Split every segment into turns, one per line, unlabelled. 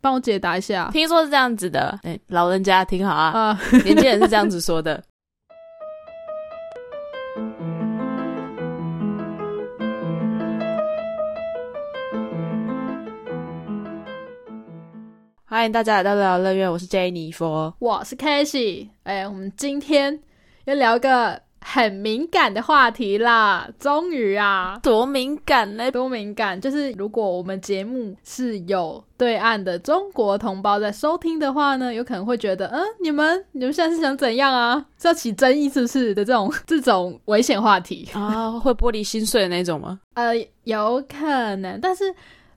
帮我解答一下
听说是这样子的，哎，老人家听好啊，
啊。
年轻人是这样子说 的。欢迎大家来到聊乐园，我是 Jenny 佛。
我是 k a s h y 哎、我们今天要聊一个很敏感的话题啦，终于啊，
多敏感呢、
多敏感！就是如果我们节目是有对岸的中国同胞在收听的话呢，有可能会觉得，嗯，你们你们现在是想怎样啊？是要起争议是不是的这种 这种危险话题？
啊，会玻璃心碎的那种吗？
呃，有可能，但是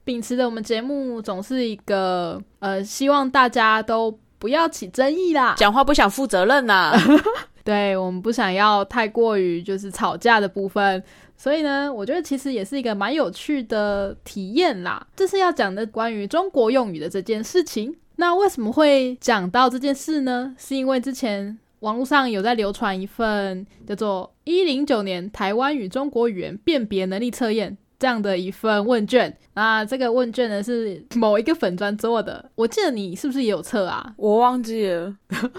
秉持着我们节目总是一个呃，希望大家都不要起争议啦。
讲话不想负责任啊呐、
对我们不想要太过于就是吵架的部分，所以呢，我觉得其实也是一个蛮有趣的体验啦。这是要讲的关于中国用语的这件事情。那为什么会讲到这件事呢？是因为之前网络上有在流传一份叫做《一零九年台湾与中国语言辨别能力测验》这样的一份问卷。那这个问卷呢是某一个粉砖做的，我记得你是不是也有测啊？
我忘记了，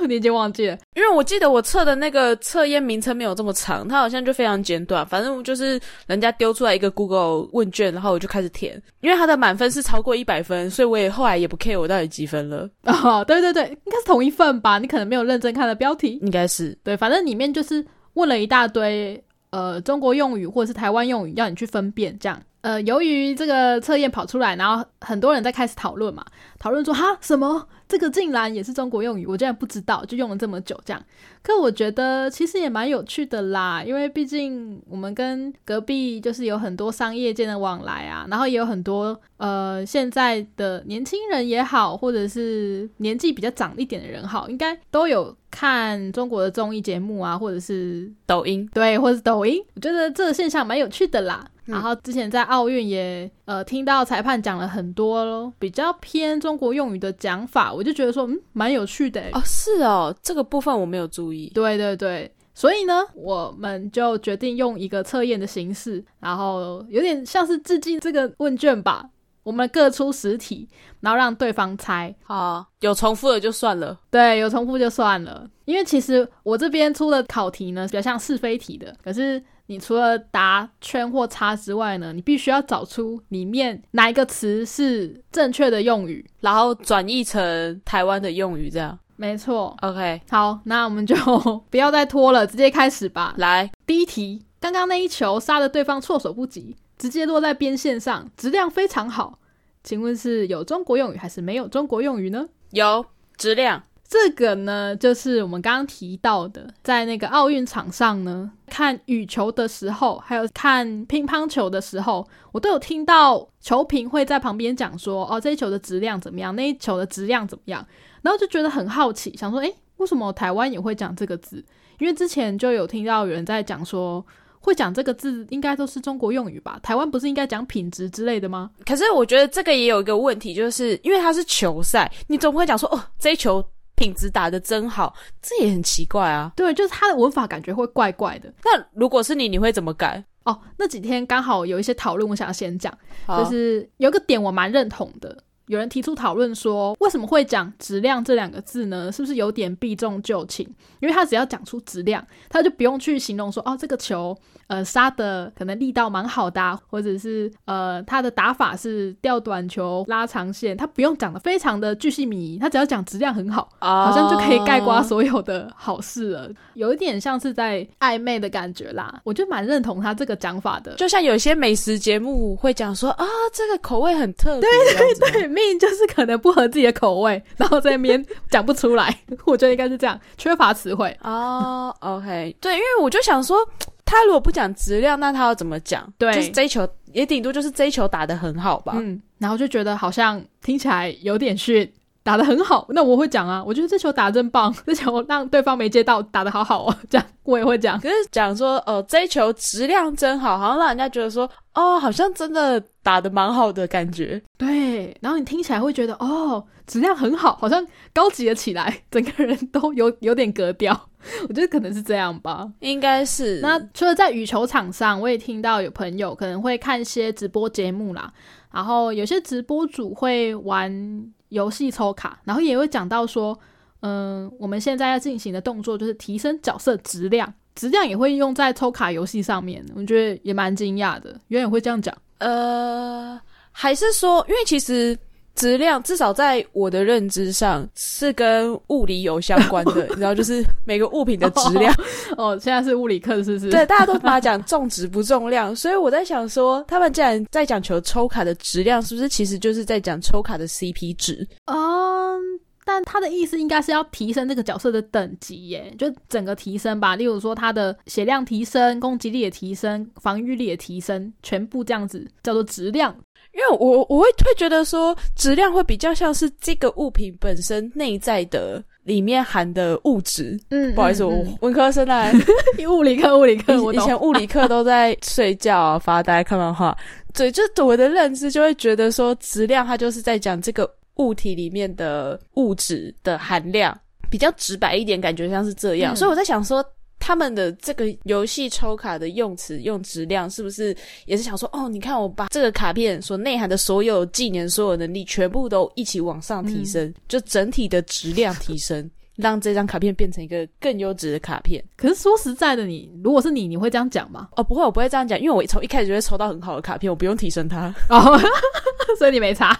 你已经忘记了。
因为我记得我测的那个测验名称没有这么长，它好像就非常简短。反正就是人家丢出来一个 Google 问卷，然后我就开始填。因为它的满分是超过一百分，所以我也后来也不 care 我到底几分了，
哦， 对对对，应该是同一份吧？你可能没有认真看的标题。
应该是
对，反正里面就是问了一大堆呃中国用语或者是台湾用语，要你去分辨这样。呃，由于这个测验跑出来，然后很多人在开始讨论嘛，讨论说哈什么这个竟然也是中国用语，我竟然不知道，就用了这么久这样。可我觉得其实也蛮有趣的啦，因为毕竟我们跟隔壁就是有很多商业间的往来啊，然后也有很多呃现在的年轻人也好，或者是年纪比较长一点的人好，应该都有看中国的综艺节目啊，或者是
抖音。
对，或是抖音，我觉得这个现象蛮有趣的啦。
嗯
然后之前在奥运也呃听到裁判讲了很多咯比较偏中国用语的讲法，我就觉得说嗯蛮有趣的欸、
哦，是哦，这个部分我没有注意。
对对对，所以呢，我们就决定用一个测验的形式，然后有点像是致敬这个问卷吧。我们各出十题，然后让对方猜。
好，有重复的就算了。
对，有重复就算了，因为其实我这边出的考题呢，比较像是非题的。可是你除了答圈或叉之外呢，你必须要找出里面哪一个词是正确的用语。
然后转译成台湾的用语，这样
没错。
OK。
好，那我们就 不要再拖了，直接开始吧。
来，
第一题，刚刚那一球杀的对方措手不及，直接落在边线上，质量非常好。请问是有中国用语还是没有中国用语呢？
有质量，
这个呢，就是我们刚刚提到的，在那个奥运场上呢，看羽球的时候，还有看乒乓球的时候，我都有听到球评会在旁边讲说，哦，这一球的质量怎么样，那一球的质量怎么样，然后就觉得很好奇，想说，诶，为什么台湾也会讲这个字？因为之前就有听到有人在讲说，会讲这个字应该都是中国用语吧？台湾不是应该讲品质之类的吗？
可是我觉得这个也有一个问题，就是因为它是球赛，你总不会讲说哦，这一球品质打得真好，这也很奇怪啊。
对，就是它的文法感觉会怪怪的。
那如果是你，你会怎么改？
哦，那几天刚好有一些讨论，我想要先讲。
好
就是有个点我蛮认同的。有人提出讨论说，为什么会讲“质量”这两个字呢？是不是有点避重就轻？因为他只要讲出质量，他就不用去形容说，哦，这个球呃杀的可能力道蛮好的啊、或者是呃他的打法是吊短球、拉长线，他不用讲的非常的巨细靡遗，他只要讲质量很好，好像就可以
哦
盖瓜所有的好事了。有一点像是在暧昧的感觉啦，我就蛮认同他这个讲法的。
就像有些美食节目会讲说啊，这个口味很特别，对对对，
对，命就是可能不合自己的口味，然后在那边讲不出来。我觉得应该是这样，缺乏词汇。
哦、o k 对，因为我就想说，他如果不讲质量，那他要怎么讲？
对
就是这一球也顶多就是这一球打得很好吧。
嗯，然后就觉得好像听起来有点逊，打得很好。那我会讲啊，我觉得这球打得真棒，这球让对方没接到，打得好好哦。这样我也会 讲。
哦可是讲说，呃，这一球质量真好，好像让人家觉得说，哦，好像真的打的蛮好的感觉。
对，然后你听起来会觉得哦，质量很好，好像高级了起来，整个人都有有点格调。 我觉得可能是这样吧。
应该是
那除了在羽球场上，我也听到有朋友可能会看一些直播节目啦，然后有些直播主会玩游戏抽卡，然后也会讲到说，嗯、我们现在要进行的动作就是提升角色质量，质量也会用在抽卡游戏上面，我觉得也蛮惊讶的，原远会这样讲。
呃，还是说，因为其实质量至少在我的认知上是跟物理有相关 的，你知道，就是每个物品的质量。
哦，现在是物理课是不是？
对，大家都把它讲重质不重量，所以我在想说，他们既然在讲求抽卡的质量，是不是其实就是在讲抽卡的 CP 值？
嗯，但他的意思应该是要提升这个角色的等级耶，就整个提升吧。例如说他的血量提升、攻击力也提升、防御力也提升，全部这样子叫做质量。
因为我我会会觉得说，质量会比较像是这个物品本身内在的里面含的物质。
嗯
不好意思，我文科生来，
物理课，物理课，我
以以
懂。
前物理课都在睡觉、啊发呆、看漫画。对，就我的认知就会觉得说，质量它就是在讲这个物体里面的物质的含量，比较直白一点，感觉像是这样。
嗯
所以我在想说。他们的这个游戏抽卡的用词用质量，是不是也是想说，哦，你看我把这个卡片所内涵的所有技能、所有能力，全部都一起往上提
嗯
升，就整体的质量提升，让这张卡片变成一个更优质的卡片。
可是说实在的你，如果是你，你会这样讲吗？
哦，不会，我不会这样讲，因为我从一开始就会抽到很好的卡片，我不用提升它，
哦， 所以你没查。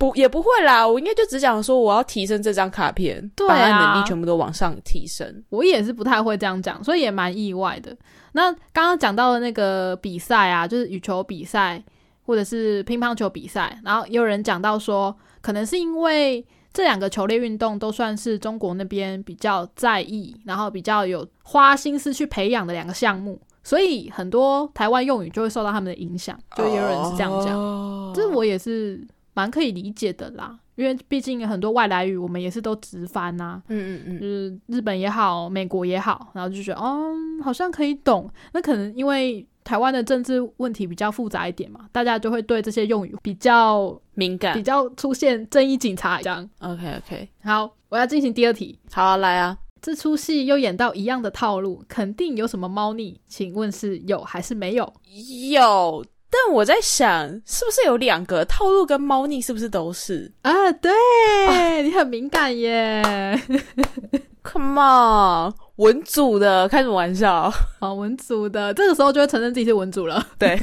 不也不会啦，我应该就只讲说我要提升这张卡片，
对啊
把它能力全部都往上提升。
我也是不太会这样讲，所以也蛮意外的。那刚刚讲到的那个比赛啊，就是羽球比赛或者是乒乓球比赛，然后也有人讲到说，可能是因为这两个球类运动都算是中国那边比较在意，然后比较有花心思去培养的两个项目，所以很多台湾用语就会受到他们的影响，就也有人是这样讲。
哦
这我也是蛮可以理解的啦，因为毕竟很多外来语我们也是都直翻啊呐、
嗯嗯
就
嗯，
是日本也好，美国也好，然后就觉得，哦，好像可以懂。那可能因为台湾的政治问题比较复杂一点嘛，大家就会对这些用语比较
敏
比
感。
较出现正义警察这样。
OK OK，
好，我要进行第二题。
好、啊，来啊，
这出戏又演到一样的套路，肯定有什么猫腻，请问是有还是没有？
有。但我在想，是不是有两个套路跟猫腻，是不是都是
啊， 对、你很敏感耶。
？Come on，文组的开什么玩笑？
好，文组的这个时候就会承认自己是文组了。
对，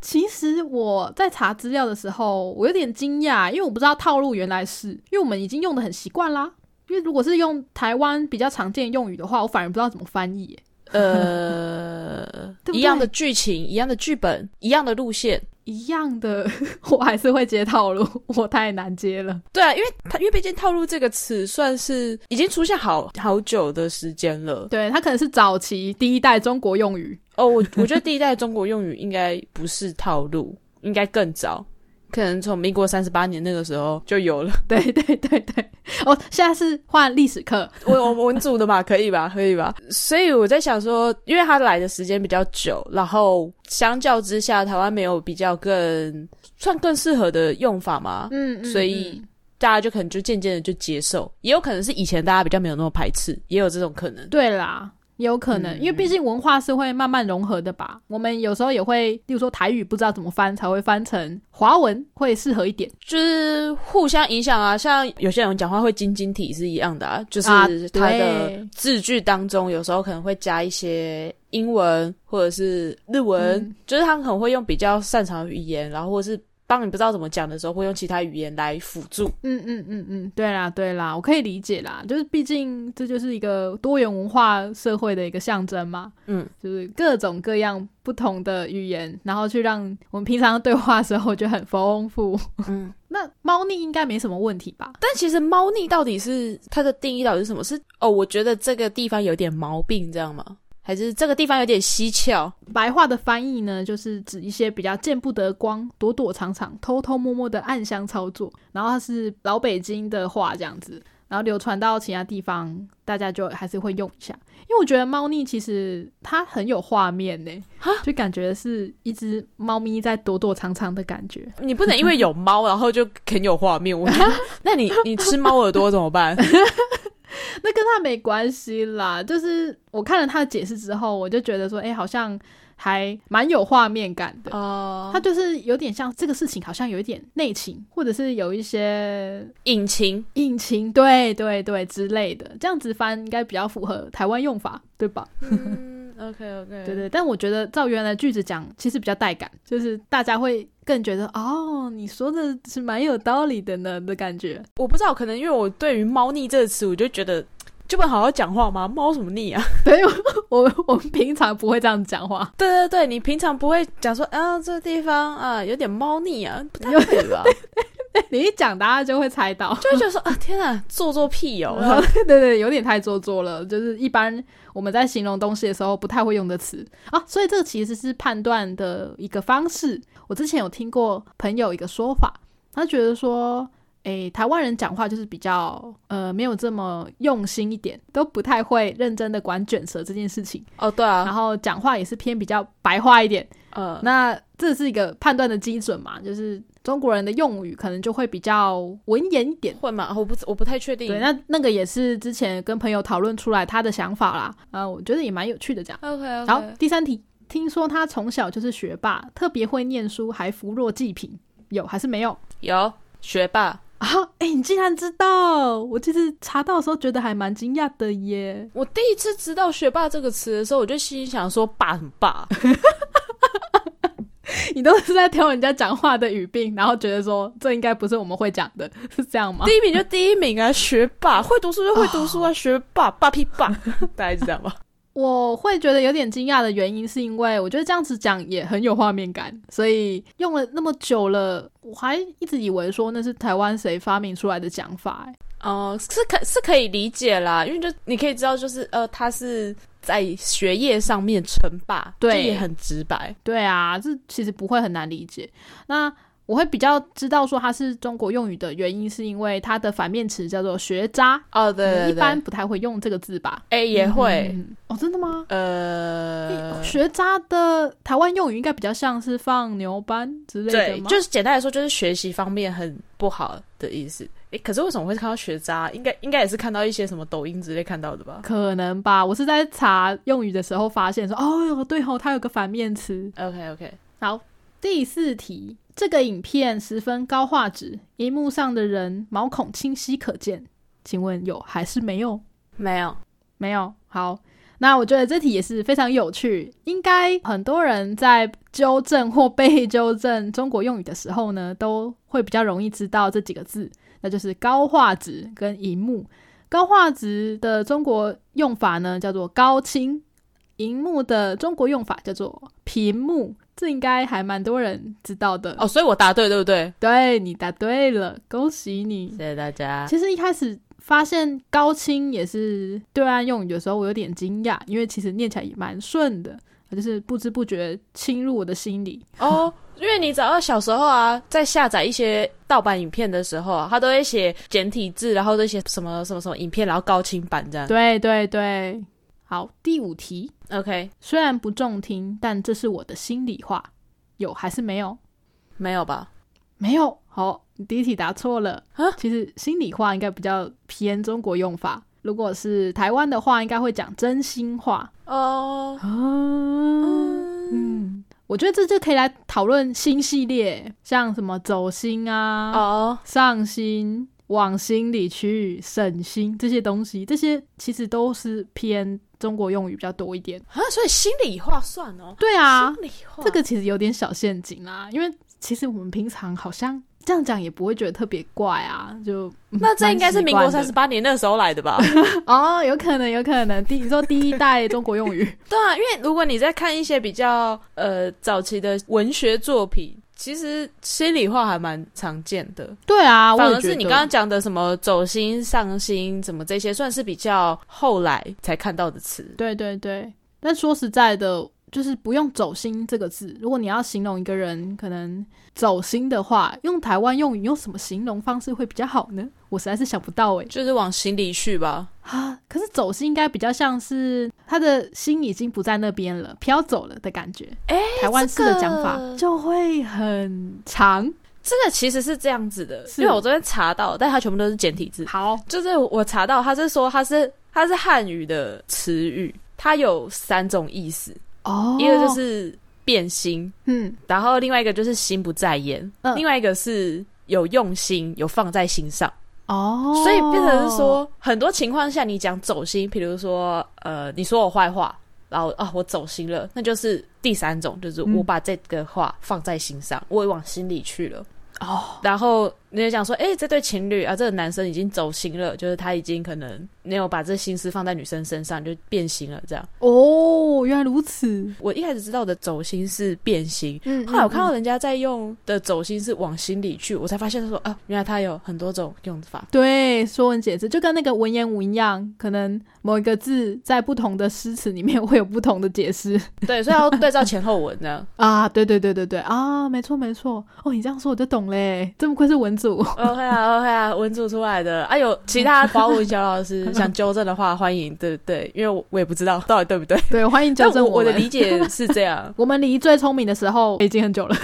其实我在查资料的时候，我有点惊讶，因为我不知道套路原来是，因为我们已经用的很习惯啦。因为如果是用台湾比较常见的用语的话，我反而不知道怎么翻译耶。
呃，
对不对
一样的剧情，一样的剧本，一样的路线，
一样的， 我还是会接套路，我太难接了。
对啊，因为它因为毕竟“套路”这个词算是已经出现好好久的时间了。
对，它可能是早期第一代中国用语。
哦，我我觉得第一代中国用语应该不是套路， 应该更早，可能从民国三十八年那个时候就有了。
对对对对，哦，现在是换历史课，
我我我文组的嘛，可以吧？可以吧？所以我在想说，因为它来的时间比较久，然后相较之下，台湾没有比较更算更适合的用法嘛，
嗯，嗯
所以
嗯
大家就可能就渐渐的就接受，也有可能是以前大家比较没有那么排斥，也有这种可能。
对啦。也有可能，
嗯
因为毕竟文化是会慢慢融合的吧。我们有时候也会，例如说台语不知道怎么翻，才会翻成华文会适合一点。
就是互相影响啊，像有些人讲话会晶晶体是一样的啊，就是
啊
他的
对
字句当中有时候可能会加一些英文或者是日文，
嗯
就是他们可能会用比较擅长的语言，然后或者是当你不知道怎么讲的时候，会用其他语言来辅助。
嗯嗯嗯嗯，对啦对啦，我可以理解啦，就是毕竟这就是一个多元文化社会的一个象征嘛，
嗯，
就是各种各样不同的语言，然后去让我们平常对话的时候就很丰富。
嗯，
那猫腻应该没什么问题吧？
但其实猫腻到底是它的定义到底是什么？是哦，我觉得这个地方有点毛病，这样吗？还是这个地方有点蹊跷？
白话的翻译呢，就是指一些比较见不得光、躲躲藏藏、偷偷摸摸的暗箱操作，然后它是老北京的话这样子。然后流传到其他地方，大家就还是会用一下。因为我觉得猫腻其实它很有画面呢、就感觉是一只猫咪在躲躲藏藏的感觉。
你不能因为有 猫，然后就很有画面。我觉 得，那你你吃猫耳朵怎么办？
那跟他没关系啦，就是我看了他的解释之后，我就觉得说，哎、好像还蛮有画面感的。
哦
它就是有点像这个事情，好像有一点内情，或者是有一些
引擎
隐情，对对对之类的，这样子翻应该比较符合台湾用法，对吧？
，OK OK，
对对，但我觉得照原来句子讲，其实比较带感，就是大家会更觉得哦，你说的是蛮有道理的呢的感觉。
我不知道，可能因为我对于“猫腻”这个词，我就觉得就不能好好讲话吗？猫什么腻啊？
对我我 我们平常不会这样讲话，
对对对，你平常不会讲说啊，这个地方啊有点猫腻啊，不太会 吧？
你一讲大家就会猜到。
就会觉得说啊，天啊，做作屁哦！
然后 对对对，有点太做作了，就是一般我们在形容东西的时候不太会用的词啊，所以这个其实是判断的一个方式。我之前有听过朋友一个说法，他觉得说，诶，台湾人讲话就是比较呃没有这么用心一点，都不太会认真的管卷舌这件事情，
哦，对啊，
然后讲话也是偏比较白话一点。
呃，
那这是一个判断的基准嘛，就是中国人的用语可能就会比较文言一点。
会吗？我不我不太确定。
对，那那个也是之前跟朋友讨论出来他的想法啦，呃，我觉得也蛮有趣的这样。
OK OK，
好，第三题，听说他从小就是学霸，特别会念书，还扶弱济贫，有还是没有
有学霸，
啊？哎、你竟然知道！我其实查到的时候觉得还蛮惊讶的 耶。
我第一次知道“学霸”这个词的时候，我就心里想说：“霸什么 霸？
你都是在挑人家讲话的语病，然后觉得说这应该不是我们会讲的，是这样吗？
第一名就第一名啊，学霸，会读书就会读书啊，学霸，霸屁 霸，大家知道吗？
我会觉得有点惊讶的原因，是因为我觉得这样子讲也很有画面感，所以用了那么久了，我还一直以为说那是台湾谁发明出来的讲法、欸。
哦、是可是可以理解啦，因为就你可以知道，就是呃，他是在学业上面称霸，
对
这也很直白。
对啊，这其实不会很难理解。那我会比较知道说它是中国用语的原因，是因为它的反面词叫做“学渣
哦，”，对
你
对对，
一般不太会用这个字吧？
哎、也会，
嗯哦，真的吗？
呃，
学渣的台湾用语应该比较像是放牛班之类的
对，
吗？
就是简单来说，就是学习方面很不好的意思。哎，可是为什么会看到学渣？应该应该也是看到一些什么抖音之类看到的吧
可能吧，我是在查用语的时候发现说，哦，对吼、它有个反面词。
？OK OK，
好，第四题，这个影片十分高画质，荧幕上的人毛孔清晰可见，请问有还是没有？
没有，
没有。好，那我觉得这题也是非常有趣，应该很多人在纠正或被纠正中国用语的时候呢，都会比较容易知道这几个字，那就是高画质跟荧幕。高画质的中国用法呢，叫做高清；荧幕的中国用法叫做屏幕。这应该还蛮多人知道的
哦，所以我答对，对不对？
对你答对了，恭喜你！
谢谢大家。
其实一开始发现高清也是对岸用语的时候，我有点惊讶，因为其实念起来也蛮顺的，就是不知不觉侵入我的心里。
哦，因为你找到小时候啊，在下载一些盗版影片的时候啊，他都会写简体字，然后都写什么什么什么影片，然后高清版这样。
对对对，好，第五题，
OK，
虽然不中听，但这是我的心里话，有还是没有？
没有吧？
没有。好，你第一题答错了
啊。
其实心里话应该比较偏中国用法，如果是台湾的话，应该会讲真心话。
哦，啊
嗯，我觉得这就可以来讨论新系列，像什么走心啊、
哦，
上心、往心里去、省心这些东西，这些其实都是偏中国用语比较多一点。
啊，所以心里话算哦，
对啊，
心里话
这个其实有点小陷阱啦，因为其实我们平常好像这样讲也不会觉得特别怪啊，就嗯
那这应该是民国
蛮习
三
惯
十
的
八年那时候来 的吧？
哦，有可能，有可能第你说第一代中国用语。
对啊，因为如果你在看一些比较呃早期的文学作品，其实心里话还蛮常见的。
对啊，我
反
也
而
觉
是你
得
刚刚讲的什么走心、上心，怎么这些，算是比较后来才看到的词。
对对对，但说实在的，就是不用“走心”这个字。如果你要形容一个人可能走心的话，用台湾用语用什么形容方式会比较好呢？我实在是想不到诶、
就是往心里去吧。
啊！可是走心应该比较像是他的心已经不在那边了，飘走了的感觉。
哎
台湾式的讲法
这个
就会很长。
这个其实是这样子的，
是
因为我这边查到，但它全部都是简体字。
好，
就是我查到，他是说它是它是汉语的词语，它有三种意思，
哦，
一个就是变心，
嗯
然后另外一个就是心不在焉，
嗯
另外一个是有用心，有放在心上，
哦，
所以变成是说，很多情况下你讲走心，比如说呃，你说我坏话。然后啊，我走心了，那就是第三种，就是
嗯
我把这个话放在心上，我也往心里去了。
哦，
然后你就想说，哎、这对情侣啊，这个男生已经走心了，就是他已经可能没有把这心思放在女生身上，就变心了。这样，
哦，原来如此。
我一开始知道的走心是变心，
嗯
后来我看到人家在用的走心是往心里去，我才发现他说啊，原来他有很多种用 法。
对，说文解字就跟那个文言文一样，可能某一个字在不同的诗词里面 会有不同的解释
对，所以要对照前后文这样。
啊。对对对对对啊，没错没错。哦，你这样说我就懂嘞，这么愧是文组。
OK 啊，OK 啊，文组出来的啊，有其他华文小 老师想纠正的话，欢迎，对不对？因为我我也不知道到底对不对，
对，欢迎 纠
但
正
我我的
们。
理解是这样。
我们离最聪明的时候已经很久了。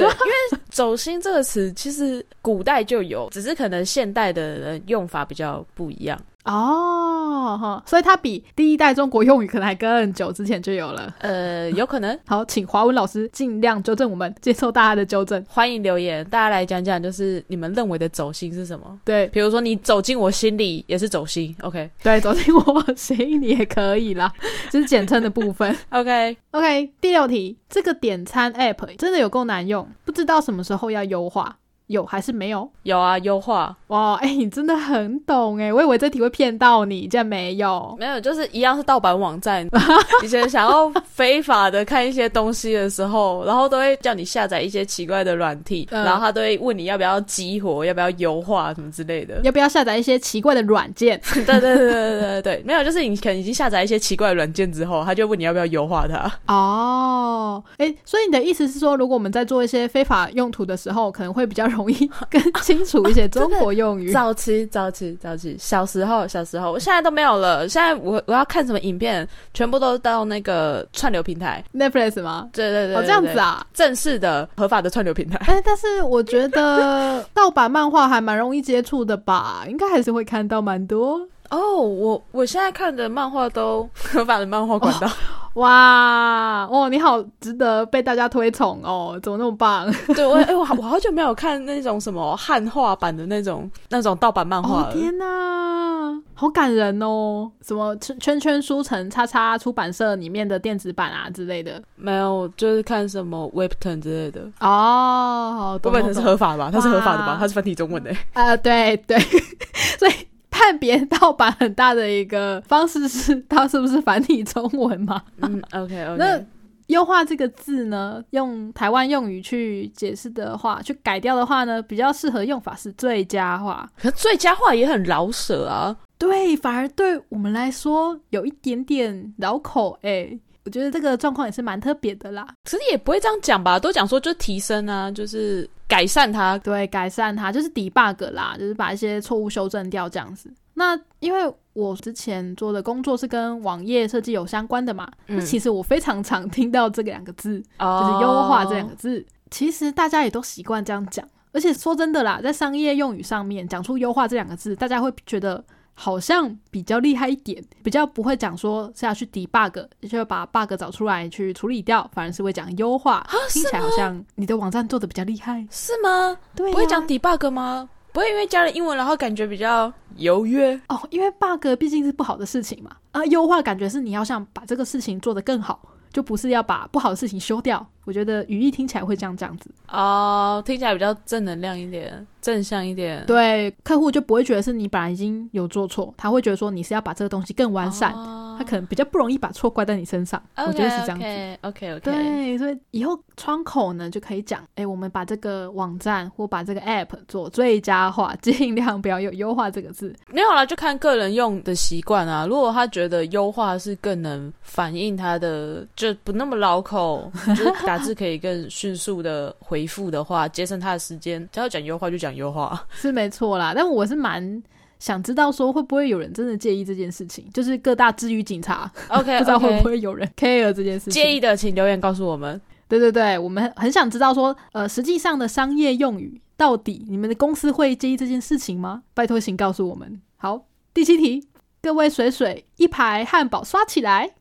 走心这个词其实古代就有，只是可能现代的人用法比较不一样。
哦，哈所以它比第一代中国用语可能还更久之前就有了。
呃，有可能
好，请华文老师尽量纠正我们，接受大家的纠正。
欢迎留言，大家来讲讲，就是你们认为的走心是什么？
对
比如说你走进我心里也是走心，OK
对，走进我 心里也可以啦，就是简称的部分。
OK，
OK，第六题，这个点餐 App 真的有够难用，不知道什么时候要优化，有还是没有？
有啊，优化
哇，哎、你真的很懂哎、我以为这题会骗到你，竟然没有。
没有，就是一样是盗版网站。 以前想要非法的看一些东西的时候，然后都会叫你下载一些奇怪的软体，
嗯
然后他都会问你要不要激活，要不要优化什么之类的。
要不要下载一些奇怪的软件？
对对对对对对，没有，就是你可能已经下载一些奇怪的软件之后，他就问你要不要优化它。
哦，哎，所以你的意思是说，如果我们在做一些非法用途的时候，可能会比较容易 更清楚 一些中国用语。
早期，早期，早期，小时候，小时候，我现在都没有了。现在我我要看什么影片，全部都到那个串流平台。
Netflix 吗？
对对对
哦，这样子
啊，
啊。
正式的合法的串流平台。
哎，但是我觉得 盗版漫画还蛮容易接触的吧，应该还是会看到蛮多。
哦，我我现在看的漫画 都哦合法的漫画管道。
哇，哦，你好，值得被大家推崇哦，怎么那么棒？
对我，哎、我好我好久没有看那种什么汉化版的那种那种盗版漫画
哦
了。
天哪，好感人哦！什么圈圈圈书城叉叉出版社里面的电子版啊之类的
没有，就是看什么 Webton 之类的。
哦，
我
懂
本
懂
身是
懂
合法吧？它是合法的吧
哇？
它是繁体中文的、
呃，对对， 所以判别盗版很大的一个方式是它是不是繁体中文嘛？
嗯，OK OK。
那优化这个字呢，用台湾用语去解释的话，去改掉的话呢，比较适合用法是最佳化。
可是最佳化也很饶舌啊。
对，反而对我们来说有一点点绕口哎、我觉得这个状况也是蛮特别的啦。
可是也不会这样讲吧？都讲说就提升啊，就是改善它。
对，改善它就是 debug 啦，就是把一些错误修正掉这样子。那因为我之前做的工作是跟网页设计有相关的嘛，
嗯
那其实我非常常听到这个两个字，
就
就是优化这两个字。其实大家也都习惯这样讲，而且说真的啦，在商业用语上面讲出优化这两个字，大家会觉得好像比较厉害一点，比较不会讲说是要去 debug，就要把 bug 找出来去处理掉，反而是会讲优化。听起来好像你的网站做的比较厉害，
是吗？
对、
不会讲 debug 吗？不会因为加了英文，然后感觉比较优越
哦，因为 bug 毕竟是不好的事情嘛，啊，优化感觉是你要想把这个事情做得更好，就不是要把不好的事情修掉，我觉得语义听起来会像这样子，
哦，听起来比较正能量一点，正向一点，
对客户就不会觉得是你本来已经有做错，他会觉得说你是要把这个东西更完善，
哦
他可能比较不容易把错怪在你身上。我觉得是这样子。
OK OK，
对，所以以后窗口呢就可以讲，哎，我们把这个网站或把这个 app 做最佳化，尽量不要有优化这个字。
没有啦，就看个人用的习惯啊。如果他觉得优化是更能反映他的，就不那么老口， 就是打字可以更迅速的回复的话，节省他的时间。只要讲优化就讲优化。
是没错啦， 但我是蛮想知道说会不会有人真的介意这件事情，就是各大治愈警 察
呃 OK，
不知道会不
o
会有人 care 这件事情。
k 介意的请留言告诉我们。
对对对，我们很想知道说，呃，实际上的商业用语到底你们的公司会介意这件事情吗？拜托，请告诉我们。好，第七题，各位水水一排汉堡刷起来，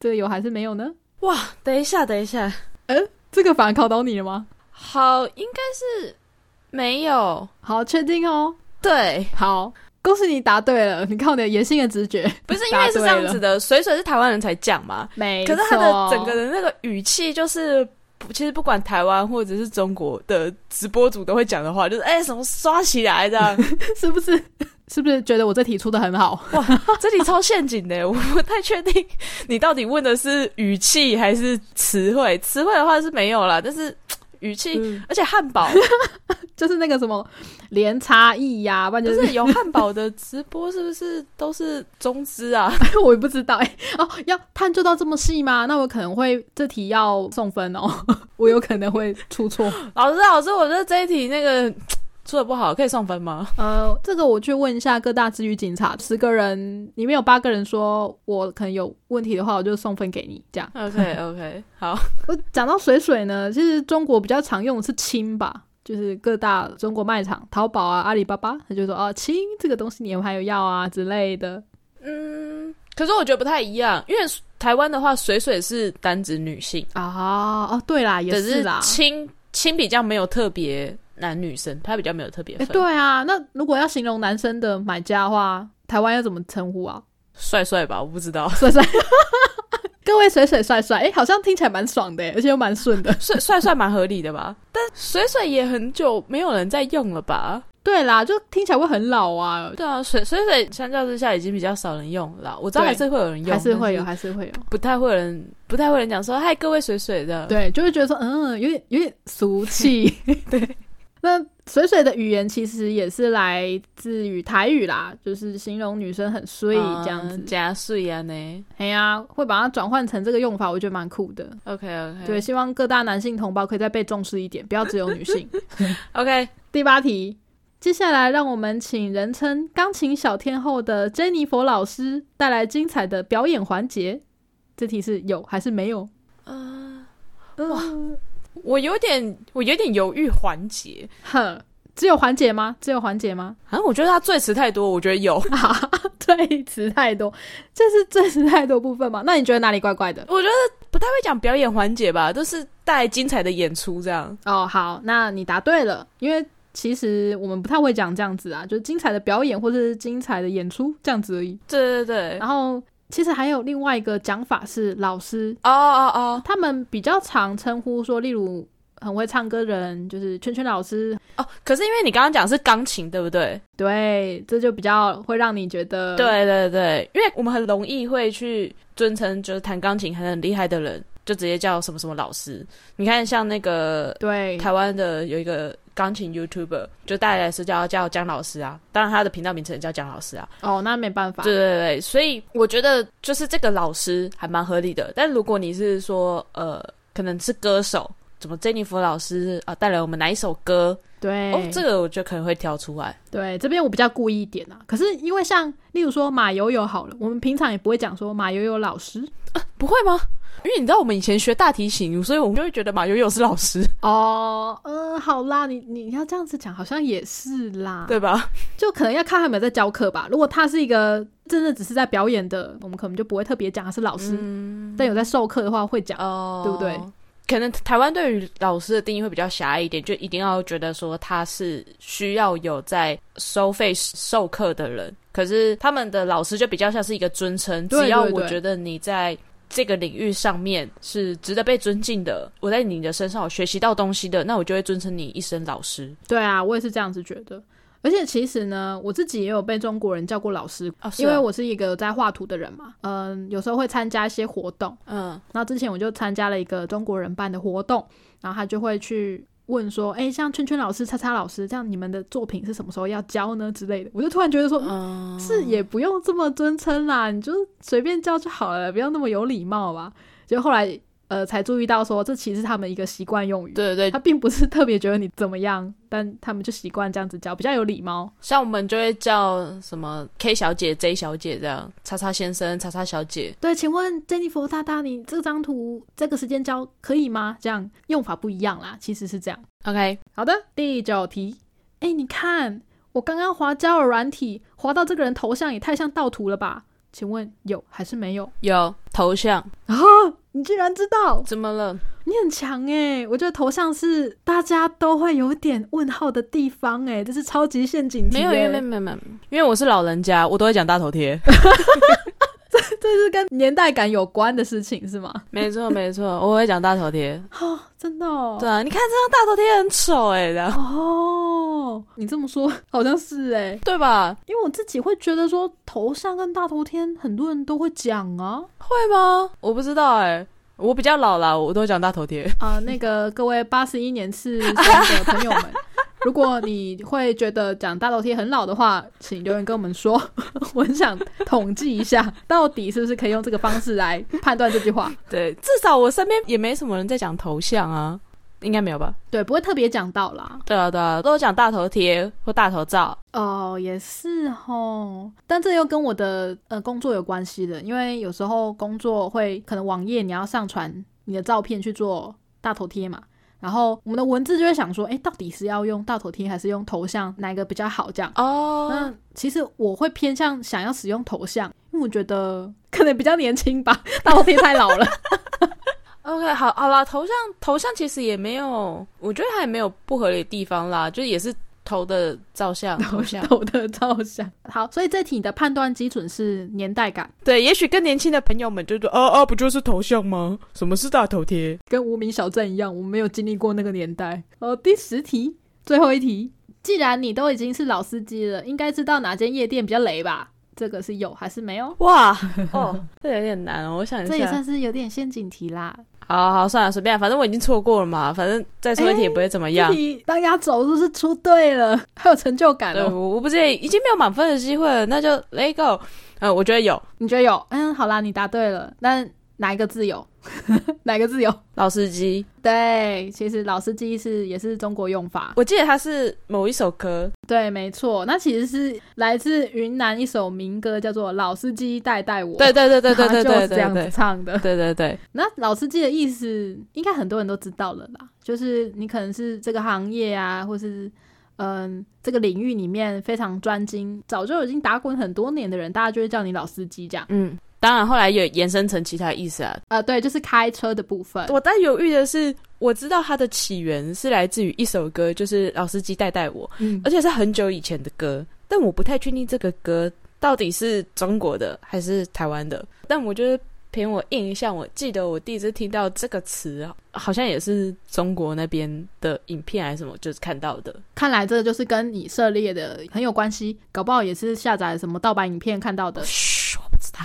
这个有还是没有呢？
哇，等一下，等一下，
这个反而考倒你了吗？
好，应该是没有。
好，确定哦。
对，
好，恭喜你答对了，你靠你的野性的直觉，
不是因
答
为是
对
这样
了
子的，水水是台湾人才讲嘛，
没
可是他的
错
整个 的那个语气就是不，其实不管台湾或者是中国的直播主都会讲的话，就是哎、什么刷起来这样，
是不是？是不是觉得我这题出的很好？
这里超陷阱的，我不太确定你到底问的是语气还是词汇。词汇的话是没有啦，但是嘖语
嗯
气，而且汉堡
就是那个什么连差异呀、不然
就
就是
是有汉堡的直播是不是都是中资啊？
我也不知道哎、哦，要探究到这么细吗？那我可能会这题要送分哦， 我有可能会出错。
老师，老师，我觉得这一题那个嘖做的不好，可以送分吗？
呃，这个我去问一下各大治愈警察，十个人里面有八个人说我可能有问题的话，我就送分给你。这样，
OK OK，好，
我讲到水水呢，其实中国比较常用的是亲吧。就是各大中国卖场，淘宝啊、阿里巴巴，他就说啊，亲这个东西你们还有要啊之类的。
嗯，可是我觉得不太一样，因为台湾的话，水水是单指女性，
啊，哦，对啦，也
只
是
是
啦。
亲亲比较没有特别男女生，他比较没有特别
哎，
分。，
对啊，那如果要形容男生的买家的话，台湾要怎么称呼啊？
帅帅吧，我不知道，
帅帅， 各位水水帅帅，哎，好像听起来蛮爽的，而且又蛮顺的。
帅帅帅蛮合理的吧？但水水也很久没有人在用了吧？
对啦，就听起来会很老啊，
对啊，水水水相较之下已经比较少人用了啦。我知道
对
还是会有人用，
还是会有，
但
还是会有。
不太会有人，不太会有人讲说嗨各位水水的。
对，就会觉得说，嗯，有点有点俗 气。对，那水水的语言其实也是来自于台语啦，就是形容女生很衰
嗯，
这样子。
加税啊呢
哎呀、会把它转换成这个用法，我觉得蛮酷的。
？OK OK，
对，希望各大男性同胞可以再被重视一点，不要只有女性。
，OK，
第八题，接下来让我们请人称“钢琴小天后”的珍妮佛老师带来精彩的表演环节。这题是有还是没有？
嗯、
哇，
我有点我有点犹豫环节，
呵，只有环节吗？只有环节吗？
啊，我觉得他最词太多，我觉得有，
啊， 对词太多，这是最词太多部分吗？那你觉得哪里怪怪的？
我觉得不太会讲表演环节吧，都是带精彩的演出这样。
哦，好，那你答对了，因为其实我们不太会讲这样子啊，就是精彩的表演或是精彩的演出这样子而已。
对对对，哦
然后其实还有另外一个讲法是老师
哦哦
他们比较常称呼说，例如很会唱歌人，就是圈圈老师。
哦，可是因为你刚刚讲的是钢琴，对不对？
对，这就比较会让你觉得，
对对对，因为我们很容易会去尊称，就是弹钢琴还很厉害的人，就直接叫什么什么老师。你看，像那个
对
台湾的有一个钢琴 YouTuber，就大家也是叫叫姜老师啊，当然他的频道名称也叫姜老师啊。
哦，那没办法，
对对对，所以我觉得就是这个老师还蛮合理的。但如果你是说呃，可能是歌手，怎么珍妮弗老师啊、带来我们哪一首歌？
对，
哦，这个我就可能会挑出来。
对这边我比较故意一点啊。可是因为像例如说马友友好了，我们平常也不会讲说马友友老师
不会吗？因为你知道我们以前学大提琴，所以我们就会觉得马友友是老师，
哦，嗯，好啦，你你你要这样子讲，好像也是啦，
对吧？
就可能要看他有没有在教课吧。如果他是一个真的只是在表演的，我们可能就不会特别讲他是老师，
嗯
但有在授课的话会讲。
哦
对不对？
可能台湾对于老师的定义会比较狭隘一点，就一定要觉得说他是需要有在收费授课的人。可是他们的老师就比较像是一个尊称，
对
只要
对
我
对
觉得你在这个领域上面是值得被尊敬的，我在你的身上有学习到东西的，那我就会尊称你一声老师。
对啊，我也是这样子觉得。而且其实呢，我自己也有被中国人叫过老师，
哦，是
因
哦
为我是一个在画图的人嘛。嗯，有时候会参加一些活动。
嗯
那之前我就参加了一个中国人办的活动，然后他就会去问说：“哎，像圈圈老师、叉叉老师，这样你们的作品是什么时候要交呢？”之类的。我就突然觉得说，
嗯，
是也不用这么尊称啦，你就随便叫就好了，不要那么有礼貌吧。就后来呃才注意到说，这其实是他们一个习惯用语，
对对
他
对，
并不是特别觉得你怎么样，但他们就习惯这样子叫，比较有礼貌。
像我们就会叫什么 K 小姐、J 小姐这样，叉叉先生、叉叉小姐。
对，请问珍妮佛大大，你这张图这个时间交可以吗？这样用法不一样啦，其实是这样。
OK，
好的，第九题，哎，你看我刚刚滑交友软体，滑到这个人头像也太像盗图了吧？请问有还是没有？
有头像，
你居然知道，
怎么了？
你很强哎、我觉得头像是大家都会有点问号的地方哎、这是超级陷阱题、
没有，
欸
因为没有没有，因为我是老人家，我都会讲大头 贴。
这是跟年代感有关的事情是吗？
没错没错，我会讲大头贴。
哦，真的哦。
对啊，你看这张大头贴很丑哎、然后
哦，啊你这么说好像是哎、
对吧？
因为我自己会觉得说头像跟大头贴很多人都会讲啊
会吗？我不知道哎、我比较老啦，我都会讲大头贴。
啊、那个各位八十一年次生的朋友们，如果你会觉得讲大头贴很老的话，请留言跟我们说， 我很想统计一下，到底是不是可以用这个方式来判断这句话。
对，至少我身边也没什么人在讲头像啊，应该没有吧？
对，不会特别讲到啦。
对啊，对啊，都有讲大头贴或大头照。
哦，也是吼，但这又跟我的呃工作有关系的，因为有时候工作会可能网页你要上传你的照片去做大头贴嘛，然后我们的文字就会想说，哎，到底是要用大头贴还是用头像，哪一个比较好这样？
哦
那其实我会偏向想要使用头像，因为我觉得可能比较年轻吧，大头贴太老了。
OK，好，好啦，头像头像其实也没有，我觉得它也没有不合理的地方啦，就是也是头的照相， 哦头像。
头的照相。好，所以这题你的判断基准是年代感，
对，也许更年轻的朋友们就说，啊啊，不就是头像吗？什么是大头贴？
跟无名小镇一样，我们没有经历过那个年代。哦，第十题，最后一题，既然你都已经是老司机了，应该知道哪间夜店比较雷吧？这个是有还是没有？
哇， 哦，这有点难哦，我想一下，
这也算是有点陷阱题啦。
好好算了，随便，反正我已经错过了嘛，反正再说一题也不会怎么样
这。题当压轴都是出对了， 还有成就感
对，
哦。
我我不介意，已经没有满分的机会了，那就 let it go。嗯，我觉得有
你觉得有？嗯，好啦，你答对了。但哪一个字有？ 哪一个字有？
老司机，
对，其实老司机是也是中国用法。
我记得他是某一首歌，
对，没错，那其实是来自云南一首民歌，叫做《老司机带带我》。
对对对对对对
他就
对
是这样
对
子
对
唱的。
对对对，
那老司机的意思，应该很多人都知道了啦，就是你可能是这个行业啊，或是嗯这个领域里面非常专精，早就已经打滚很多年的人，大家就会叫你老司机这样。
嗯，当然后来也延伸成其他意思啊。
啊，对，就是开车的部分。
我在犹豫的是，我知道它的起源是来自于一首歌，就是《老司机带带我》，
嗯
而且是很久以前的歌，但我不太确定这个歌到底是中国的还是台湾的。但我觉得凭我印象，我记得我第一次听到这个词，好像也是中国那边的影片还是什么，就是看到的。
看来这就是跟你涉猎的很有关系，搞不好也是下载什么盗版影片看到的。
嘘，我不知道，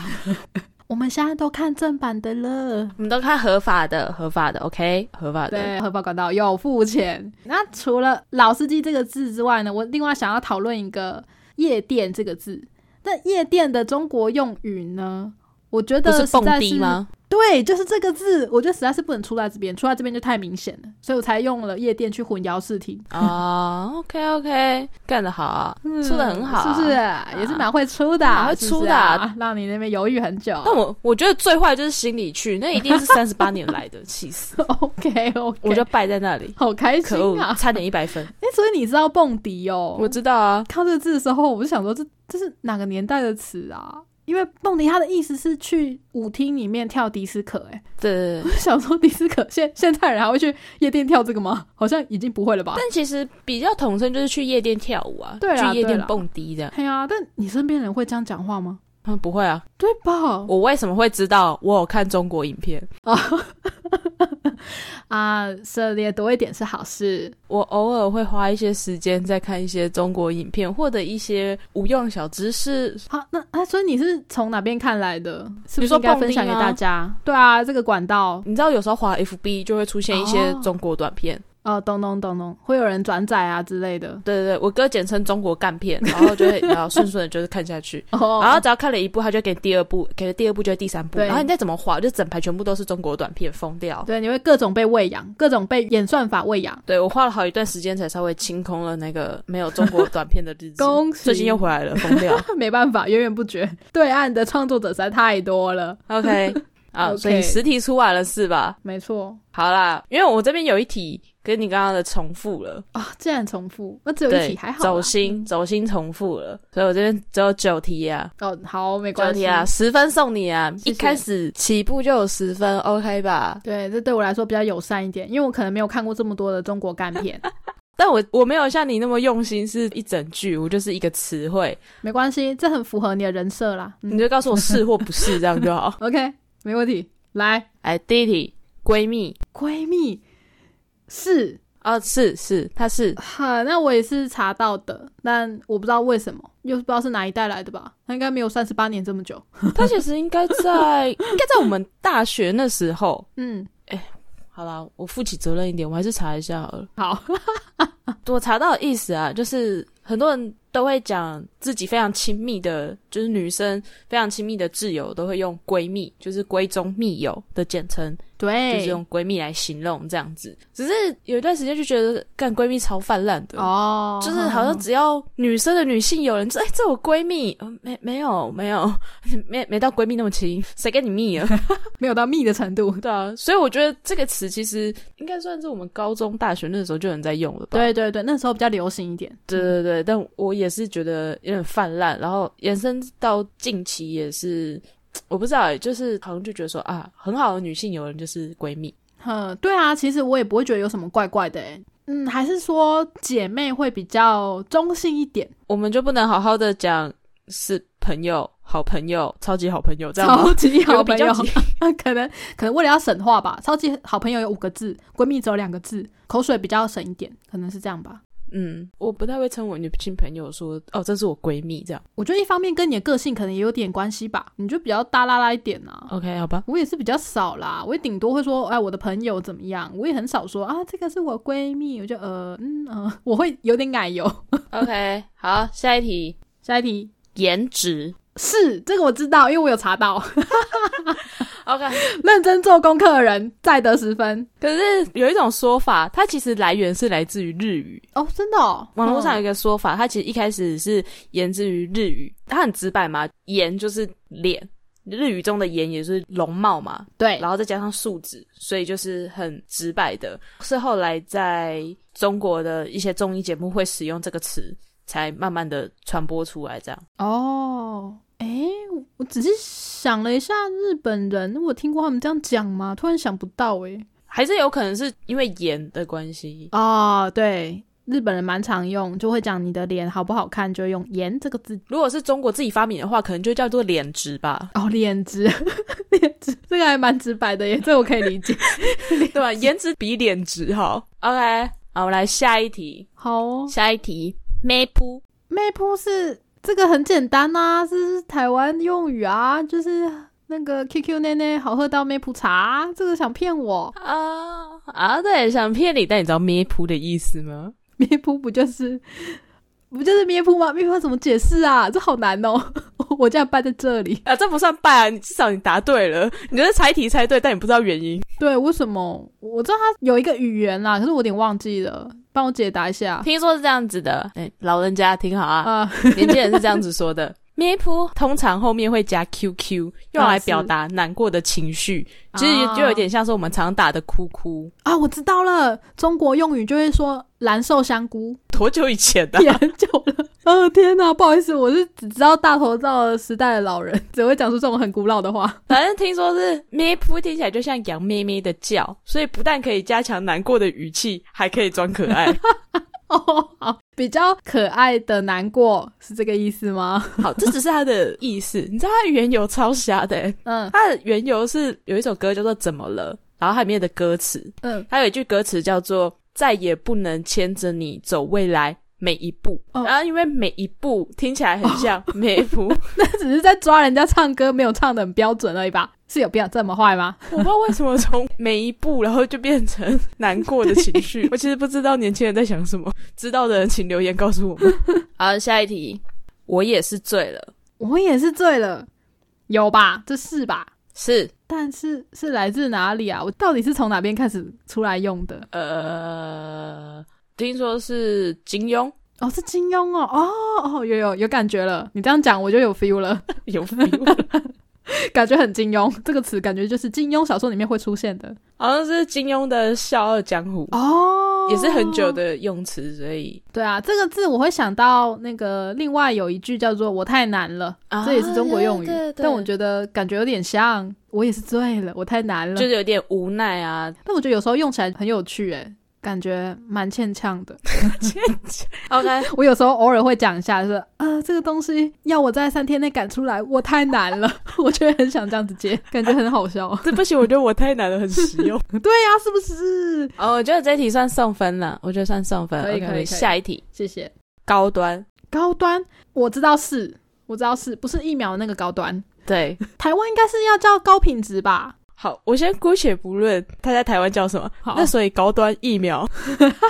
我们现在都看正版的了。
我们都看合法的，合法的，OK，合法的。
对，核保管道有付钱。那除了“老司机”这个字之外呢，我另外想要讨论一个“夜店”这个字。那“夜店”的中国用语呢？我觉
不
得
是
实
蹦
在
迪吗？
对，就是这个字，我觉得实在是不能出在这边，出在这边就太明显了，所以我才用了夜店去混淆视听，
啊、o k OK，干得好啊，出的很好啊、
是不是？也是蛮会出的啊，
蛮会
是不
出
是
的啊哦
啊，让你那边犹豫很久。
但我我觉得最坏就是心里去，那一定是三十八年来的， 气死！
OK OK，
我就败在那里，
好开心
可恶，
啊！
差点一百分。
哎，所以你知道蹦迪哦？
我知道啊，
看到这个字的时候，我就想说这这是哪个年代的词啊？因为蹦迪它的意思是去舞厅里面跳迪斯科、欸， 哎，
对对对
我。就想说迪斯科现现在人还会去夜店跳这个吗？好像已经不会了吧？
但其实比较统称就是去夜店跳舞啊，
对啦
去夜
对啊
店
啦
蹦迪这样。
哎呀、但你身边人会这样讲话吗？
嗯，不会啊，
对吧？
我为什么会知道？我有看中国影片，
啊，涉猎多一点是好事。
我偶尔会花一些时间在看一些中国影片，获得一些无用小知识。
好，那啊，所以你是从哪边看来的？是不
你
是
说
应该
蹦
分享给
迪吗
大家？对啊，这个管道，
你知道，有时候滑 FB 就会出现一些
哦
中国短片。
呃，懂懂懂懂，会有人转载啊之类的。
对对对，我哥简称中国干 片，然后就会然后顺顺的就是看下去，
哦
然后只要看了一部，他就给第二部，给了第二部就第三部，
对
然后你再怎么滑，就整排全部都是中国短片，疯掉。
对，你会各种被喂养，各种被演算法喂养。
对我花了好一段时间才稍微清空了那个没有 中国短片的日子，
恭喜，
最近又回来了，疯掉。
没办法，源源不绝。对岸的创作者实在太多了，
OK 啊，
OK
所以实体出完了是吧？
没错
好啦，因为我这边有一题跟你刚刚的重复了，
啊，竟然重复，那只有一
对
题还，好啦。嗯
走心走心重复了，所以我这边只有九题啊。
哦，好，没
九
关
题
系
啊，。十分送你啊！
谢谢
一开始起步就有十分，OK 吧？
对，这对我来说比较友善一点，因为我可能没有看过这么多的中国干 片，
但我我没有像你那么用心，是一整句，我就是一个词汇，
没关系，这很符合你的人设啦。嗯。
你就告诉我是或不是，这样就好
OK，没 问题。来，
哎，第一题，闺蜜
闺蜜是
哦，是是，她是
哈，那我也是查到的，但我不知道为什么，又不知道是哪一代来的吧？他应该没有三十八年这么久。
她，其实应该在应该在我们大学那时候。
嗯，
好啦，我负起责任一点，我还是查一下好了。
好，
我查到的意思啊，就是很多人都会讲自己非常亲密的，就是女生非常亲密的挚友都会用闺蜜，就是闺中密友的简称，就
对，
是用闺蜜来形容这样子。只是有一段时间就觉得干闺蜜超泛滥的。
哦，
就是好像只要女生的女性友人，就哎、这我闺蜜，呃没没有没有， 没没到闺蜜那么亲，谁跟你密啊？
没有到密的程度。
对啊，所以我觉得这个词其实应该算是我们高中、大学那时候就有人在用了吧？
对对对，那时候比较流行一点。
对对对，但我也是觉得有点泛滥，然后延伸到近期也是，我不知道欸，就是好像就觉得说啊，很好的女性友人就是闺蜜，
哼，对啊，其实我也不会觉得有什么怪怪的诶。嗯，还是说姐妹会比较中性一点，
我们就不能好好的讲是朋友、好朋友、超级好朋友这样吗
超？级
有
好
比
朋
较
友
级
可能可能为了要省话吧，超级好朋友有五个字，闺蜜只有两个字，口水比较省一点，可能是这样吧。
嗯，我不太会称我女性朋友说哦，这是我闺蜜这样。
我觉得一方面跟你的个性可能也有点关系吧，你就比较大拉拉一点啊。
OK，好吧，
我也是比较少啦，我也顶多会说，哎，我的朋友怎么样？我也很少说啊，这个是我闺蜜，我就呃嗯呃，我会有点奶油。
OK，好，下一题，
下一题
颜值。
是这个我知道，因为我有查到，
OK，
认真做功课的人再得十分
可是有一种说法，它其实来源是来自于日语，
哦，真的、哦，
网络上有
嗯
一个说法，它其实一开始是源自于日语，它很直白嘛，颜就是脸，日语中的颜也是容貌嘛，
对
然后再加上数字，所以就是很直白的。是后来在中国的一些综艺节目会使用这个词，才慢慢的传播出来。这样，
哦，诶，我我只是想了一下，日本人我听过他们这样讲吗？突然想不到诶。
还是有可能是因为颜的关系。
哦，对，日本人蛮常用，就会讲你的脸好不好看，就会用“颜”这个字。，
如果是中国自己发明的话，可能就叫做脸值 吧
哦，脸值，脸值，这个还蛮直白的耶，这我可以理解。
对吧？颜值比脸值好。OK，好，我们来下一题，
好、哦，
下一题，妹扑。
妹夫是这个很简单呐、这是台湾用语啊，就是那个 QQ 奶奶好喝到妹夫茶，这个想骗我，
啊啊！对，想骗你，但你知道咩噗的意思吗？
咩夫不就是不就是咩夫吗？咩夫要怎么解释啊？这好难哦， 我竟然败在这里。
啊，这不算败啊！你至少你答对了，你就是猜题猜对，但你不知道原因。
对，为什么？我知道他有一个语言啦，可是我有点忘记了，帮我解答一下。
听说是这样子的，哎、老人家听好啊，
啊、
年轻人是这样子说 的。咩噗通常后面会加 QQ，用来表达难过的情绪，其实就有点像是我们常打的哭哭。
啊，我知道了，中国用语就会说“蓝瘦香菇
多久以前”，啊的、
研究了。哦天哪，不好意思，我是只知道大头照的时代的老人，只会讲出这种很古老的话。
反正听说是咩噗听起来就像羊咩咩的叫，所以不但可以加强难过的语气，还可以装可爱。
哦，好，比较可爱的难过是这个意思吗？
好，这只是它的意思。你知道它的缘由超瞎的、欸，
嗯
它的缘由是有一首歌叫做《怎么了》，然后它里面的歌词，
嗯，
它有一句歌词叫做“再也不能牵着你走未来每一步”，
哦
然后因为每一步听起来很 像每一步，
那只是在抓人家唱歌没有唱的很标准而已吧？是有必要这么坏吗？
我不知道为什么 从每一步，然后就变 成难过的情绪。我其实不知道年轻人在想什么，知道的人请留言告诉我们。 好，下一题，我也是醉了，
我也是醉了，有吧？这是吧？
是
但是是来自哪里啊？我到底是从哪边开始出来用的？
呃，听说是金庸，
哦，是金庸哦，哦哦，有有有感觉了。你这样讲我就有 feel 了，
有 feel，
感觉很金庸这个词，感觉就是金庸小说里面会出现的
好像是金庸的《笑傲江湖》
哦
也是很久。的用词，所以
对啊，这个字我会想到那个另外有一句叫做“我太难了”，
啊
这也是中国用语，
对对对
但我觉得感觉有点像，我也是醉了，我太难了。
就是有点无奈 啊。
但我觉得有时候用起来很有趣，诶，感觉蛮欠呛的。
OK，
我有时候偶尔会讲一下，就是啊，这个东西要我在三天内赶出来，我太难了， 我就会很想这样子接，感觉很好笑。
这不行，我觉得我太难了，很实用。
对呀、是不是？
哦，我觉得这一题算送分了，我觉得算送分。
可以
OK，
可以可以
下一题，
谢谢。
高端。
高端，我知道是，我知道是不是疫苗那个高端？
对，
台湾应该是要叫高品质吧？
好，我先姑且不论他在台湾叫什么，
好
那所以高端疫苗，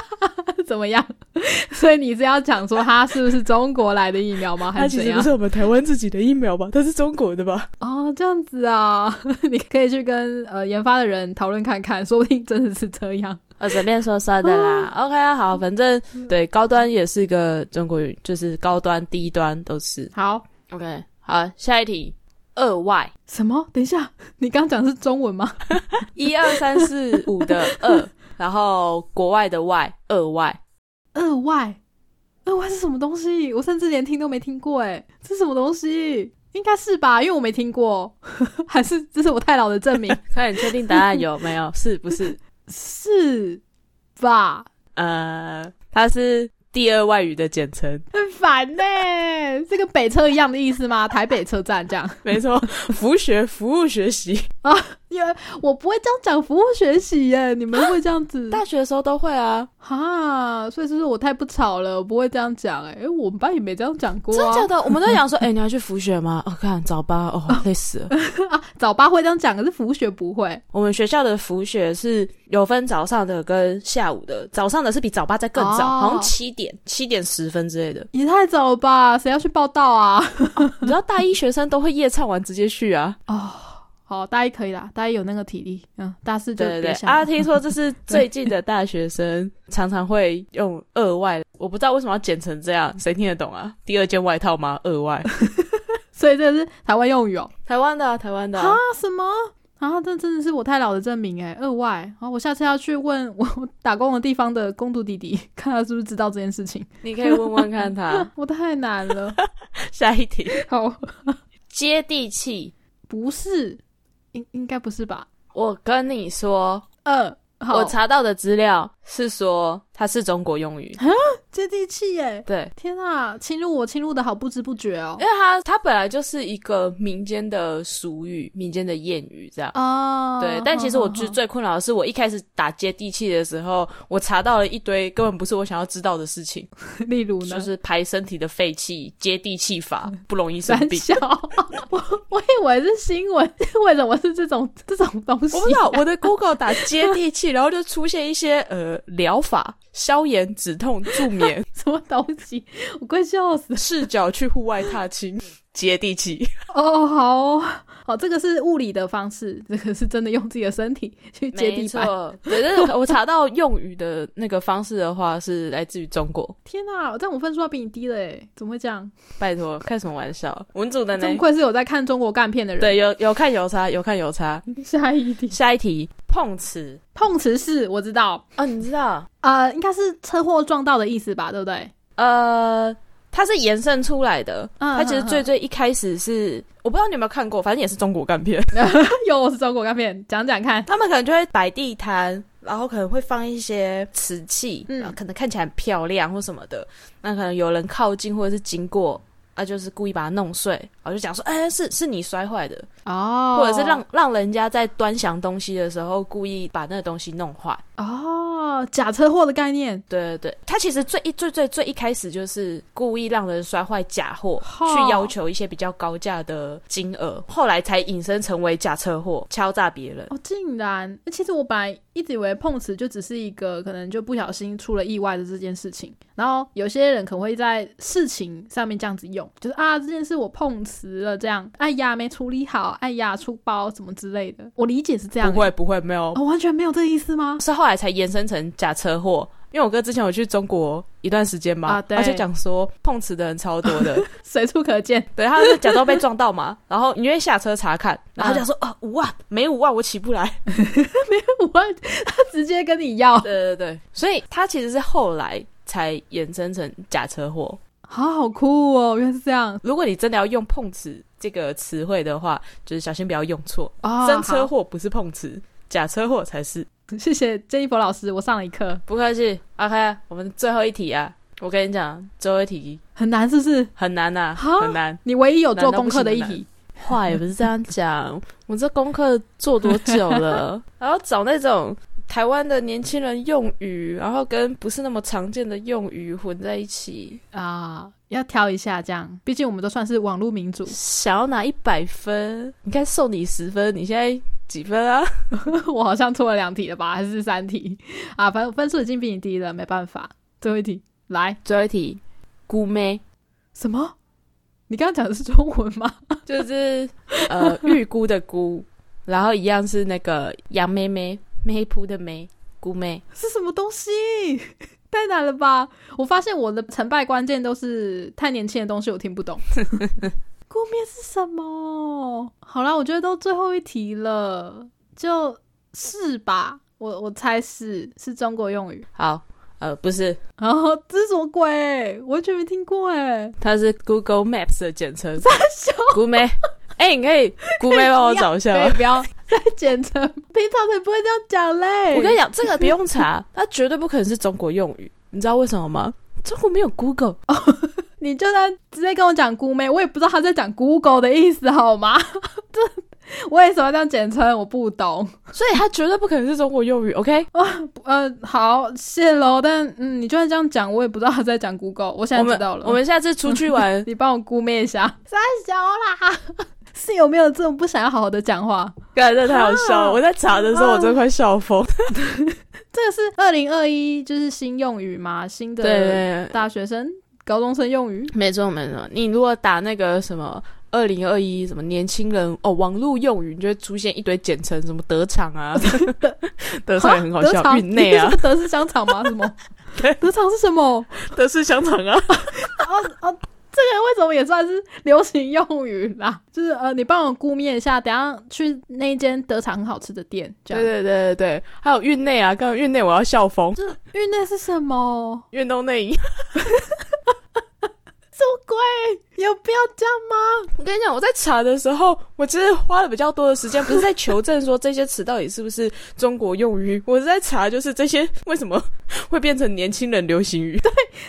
怎么样？ 所以你是要讲说它是不是中国来的疫苗吗？
它
还
其
是怎
实不
样？
是我们台湾自己的疫苗吧？它是中国的 吧？
哦，这样子啊， 你可以去跟呃研发的人讨论看看，说不定真的是这样。
我随便说说的啦。OK，啊好，反正对高端也是一个中国语，就是高端、低端都是。
好，
OK，好，下一题，二 外
什么？等一下，你刚讲是中文吗？
一二三四五的 二，然后国外的外，二外。
二外，二外是什么东西？我甚至连听都没听过，哎，这是什么东西？应该是吧，因为我没听过， 还是这是我太老的证明，
快点确定答案有 没有？是不是？
是吧？
呃，它是第二外语的简称，
很烦呢、这个北车一样的意思吗？台北车站这样。
没错，服学服务学习。
因为我不会这样讲服务学习耶，你们会这样 子
大学的时候都会啊，
哈？所以是不是我太不吵了？我不会这样讲哎、诶我们班也没这样讲过
真的
啊
假。的？我们都讲说，哎、你要去服学吗？哦，看早八，哦，累死了。
啊，早八会这样讲，可是服务学不会
我们学校的服学是有分早上的跟下午的，早上的是比早八再更早，
哦。
好像七点、七点十分之类的
也太早了吧？谁要去报道啊？
你知道大一学生都会夜唱完直接去啊？
好，大一可以啦，大一有那个体力，嗯，大四就
对对
别
对
想了
啊！听说这是最近的大学 生常常会用二外，我不知道为什么要剪成这样，谁听得懂啊？第二件外套吗？二外，
所以这是台湾用语哦。
台湾的啊、台湾的啊、
啊什么？啊，这真的是我太老的证明哎，二外。好，我下次要去问 我打工的地方的工读弟弟， 看他是不是知道这件事情。啊
你可以问问看他。
我太难了，
下一题，
好。
接地气。
不是，应应该不是吧？
我跟你说，
二，好，
我查到的资料是说它是中国用语，
接地气耶！
对，
天啊，侵入我侵入的好不知不觉哦
因。为它它本来就是一个民间的俗语、民间的谚语这样。
啊，
对，但其实我
知
最最困扰的是，我一开始打接地气的时候，我查到了一堆根本不是我想要知道的事情，
例如呢，
就是排身体的废气、接地气 法，不容易生
三
病。
小， 我我以为是新闻， 为什么是这种这种东西
我不知道我的 Google 打接地 气，然后就出现一些呃疗法、消炎、止痛、助眠、
什么东西？我快笑死了！
赤脚去户外踏青、接地 气。
哦，好哦，好，这个是物理的方式，这个是真的用自己的身体去接
没
地
错，
板。
对，但是我查到用语的那个方式的话，是来自于中国。
天啊，但我分数要比你低了诶，怎么会这样？
拜托，开什么玩笑？文组的呢
真？愧是有在看中国干片的人。
对，有有看有差，有看有差。
对，下一题，
下一题，碰瓷
碰瓷是我知道，
哦，你知道？
呃，应该是车祸撞到的意思吧，对不对？
呃，它是延伸出来的。
嗯
它其实
嗯嗯
最最一开始是，我不知道你有没有看过，反正也是中国干片。
有我是中国干片，讲讲看。
他们可能就会摆地摊，然后可能会放一些瓷器，
嗯
然后可能看起来很漂亮或什么的，那可能有人靠近或者是经过。啊，就是故意把它弄碎，然后就讲说，哎、是是你摔坏的，
哦，
或者是让让人家在端详东西的时候故意把那个东西弄坏。
哦假车祸的概念，
对对对，他其实最一最最最一开始就是故意让人摔坏假货，
哈
去要求一些比较高价的金额，后来才引申成为假车祸，敲诈别人。
哦，竟然！其实我本来一直以为碰瓷就只是一个可能就不小心出了意外的这件事情，然后有些人可能会在事情上面这样子用，就是啊这件事我碰瓷了，这样，哎呀没处理好，哎呀出包什么之类的。我理解是这样、
不会不会，没有，
哦，完全没有这个意思吗？
是后来才延伸成假车祸。因为我哥之前有去中国一段时间嘛，
啊对
他就讲说碰瓷的人超多 的，
随处可见，
对，他就假装被撞到嘛，然后你就会下车查看，然后他讲说、 啊五万没五万我起不来，
我他直接跟你要，
对对对，所以他其实是后来才衍生成假车祸。
好好酷哦，原来是这样
如果你真的要用碰瓷这个词汇的话，就是小心不要用错，
哦，
真车
好
祸不是碰瓷，假车祸才是。
谢谢珍妮佛老师，我上了一课，
不客气，OK，我们最后一题啊，我跟你讲，最后一题
很难是不是？
很难呐、
哈
很难。
你唯一有做
难道不
功课
行
的一
难
题，
话也不是这样讲，我这功课做多久了？ 然后找那种台湾的年轻人用语，然后跟不是那么常见的用语混在一起，。
啊、要挑一下这样，毕竟我们都算是网络民族
想要拿一百分，应该送你十分，你现在几分啊？
我好像错了两题了吧，还是三题啊？反正分数已经比你低了，没办法。最后一题，来，
最后一题，姑妹
什么？你刚刚讲的是中文吗？
就是呃预估的估，然后一样是那个杨妹妹妹扑的妹，姑妹。
是什么东西？太难了吧！我发现我的成败关键都是太年轻的东西，我听不懂。锅面是什么？好啦，我觉得都最后一题了，就是吧？我我猜是是中国用语。
好，呃，不是，
然后啊这是什么鬼？我完全没听过哎。
它是 Google Maps 的简称。姑妹，哎、你可以姑妹帮我找一下
可以
吗？
不哎要 再简称，平常才不会这样讲嘞。
我跟你讲，这个不用查，它绝对不可能是中国用语，你知道为什么吗？中国没有 Google，
你就算直接跟我讲姑妹，我也不知道他在讲 Google 的意思好吗？ 这为什么要这样简称？我不懂。
所以它绝对不可能是中国用语。OK，
呃，好，谢喽。但嗯，你就算这样讲，我也不知道他在讲 Google。我现在
我们
知道了。，
我们下次出去玩
你帮我姑妹一下，三小啦。 是有没有这种不想要好好的讲话？
感觉太好
啊
笑了。我在查的时候，我真的快笑疯。
这个是二零二一，就是新用语嘛，新
对对
的
对，
大学生、高中生用语。
没错没错，你如果打那个什么二零二一什么年轻人哦，网络用语，你就会出现一堆简称，什么德场 啊，德场也很好
德
笑，
肠
运 内啊
你，是说德式香肠吗？什 么
对？
德肠是什么？
德式香肠啊，
哦哦，这个为什么也算是流行用语啦？就是呃，你帮我估面一下，等一下去那间德肠很好吃的店，这
对
样。
对对对对，还有运内啊，刚刚运内我要笑疯，
运内是什么？
运动内衣。
什么鬼？有必要这样吗？
我跟你讲，我在查的时候，我其实花了比较多的时间，不是在求证说这些词到底是不是中国用语，我是在查就是这些为什么会变成年轻人流行 语。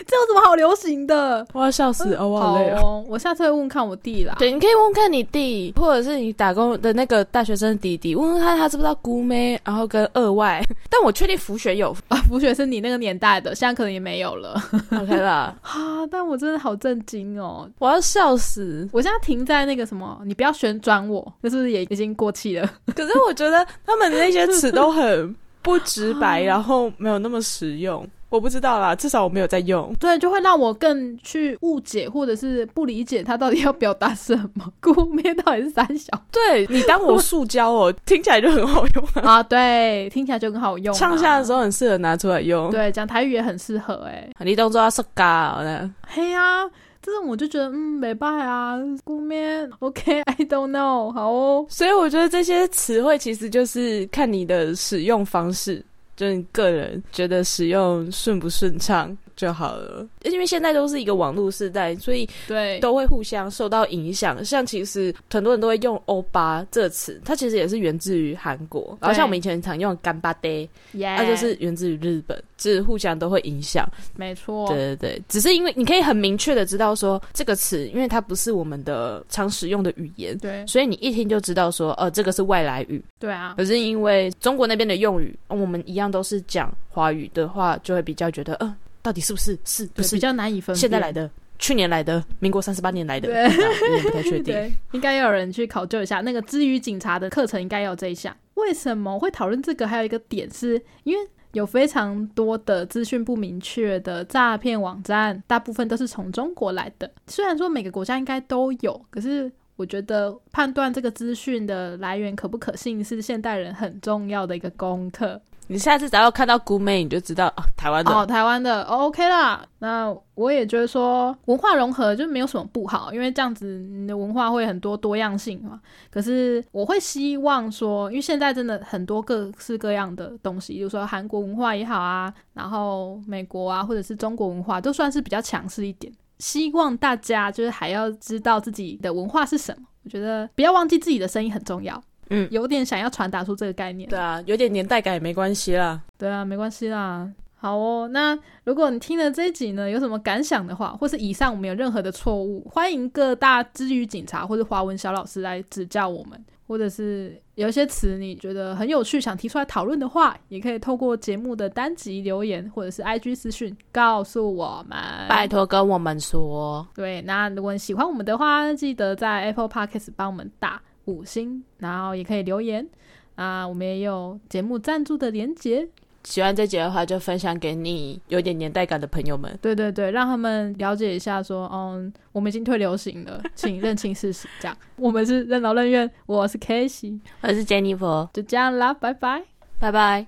这有什么好流行的？
我要笑死，哦，我
好
好累哦。
哦，我下次会问看我弟啦。
对，你可以问问看你弟，或者是你打工的那个大学生弟弟，问问看他知不知道姑妹，然后跟二外。但我确定福学 有
啊，福雪是你那个年代的，现在可能也没有了
OK 啦，
啊。但我真的好震惊哦！
我要笑死。
我现在停在那个什么，你不要旋转我，那是不是也已经过气了？
可是我觉得他们的那些 词都很不直白，然后没有那么实用。我不知道啦，至少我没有在用。
对，就会让我更去误解或者是不理解他到底要表达什么，姑妹到底是三小
对你当我塑胶哦，听起来就很好用啊。
啊？对，听起来就很好用、啊。
唱下的时候很适合拿出来用。，
对，讲台语也很适合哎、
你动作要是嘎呢？
嘿呀、这种我就觉得嗯，没办啊，姑妹，OK，I、don't know，好哦。
所以我觉得这些词汇其实就是看你的使用方式，就是你个人觉得使用顺不顺畅。就好了。因为现在都是一个网络时代，所以
对，
都会互相受到影响。像其实很多人都会用“欧巴”这个词，它其实也是源自于韩国。然后像我们以前常用“干巴爹”，
耶，
它就是源自于日本，就是互相都会影响。
没错，
对对对，只是因为你可以很明确的知道说这个词，因为它不是我们的常使用的语言。
对
所以你一听就知道说，呃，这个是外来语。
对啊，
可是因为中国那边的用语，呃我们一样都是讲华语的话，就会比较觉得，嗯、到底是不是是不
对
是
比较难以分辨。
现在来的，去年来的，民国三十八年来的，
对
这样有点不太确定。
对，应该要有人去考究一下那个之于警察的课程，应该有这一项。为什么会讨论这个？还有一个点是因为有非常多的资讯不明确的诈骗网站，大部分都是从中国来的。虽然说每个国家应该都有，可是我觉得判断这个资讯的来源可不可信，是现代人很重要的一个功课。
你下次只要看到姑妹，你就知道啊，台湾的。
哦，台湾的、哦、OK 啦。那我也觉得说文化融合就没有什么不好，因为这样子你的文化会很多多样性嘛。可是我会希望说，因为现在真的很多各式各样的东西，比如说韩国文化也好啊，然后美国啊，或者是中国文化，都算是比较强势一点。希望大家就是还要知道自己的文化是什么，我觉得不要忘记自己的声音很重要。
嗯
有点想要传达出这个概念。
对啊，有点年代感也没关系啦。
对啊，没关系啦。好哦，那如果你听了这一集呢，有什么感想的话，或是以上我们有任何的错误，欢迎各大之语警察或是华文小老师来指教我们，或者是有一些词你觉得很有趣，想提出来讨论的话，也可以透过节目的单集留言或者是 IG 私讯告诉我们。
拜托跟我们说，
对，那如果你喜欢我们的话，记得在 Apple Podcast 帮我们打五星，然后也可以留言。啊，我们也有节目赞助的连结，
喜欢这集的话就分享给你有点年代感的朋友们。
对对对，让他们了解一下说，嗯，我们已经退流行了，请认清事实。这样，我们是任劳任怨，我是 k a s e y
我是 Jennifer，
就这样啦，拜拜。
拜拜。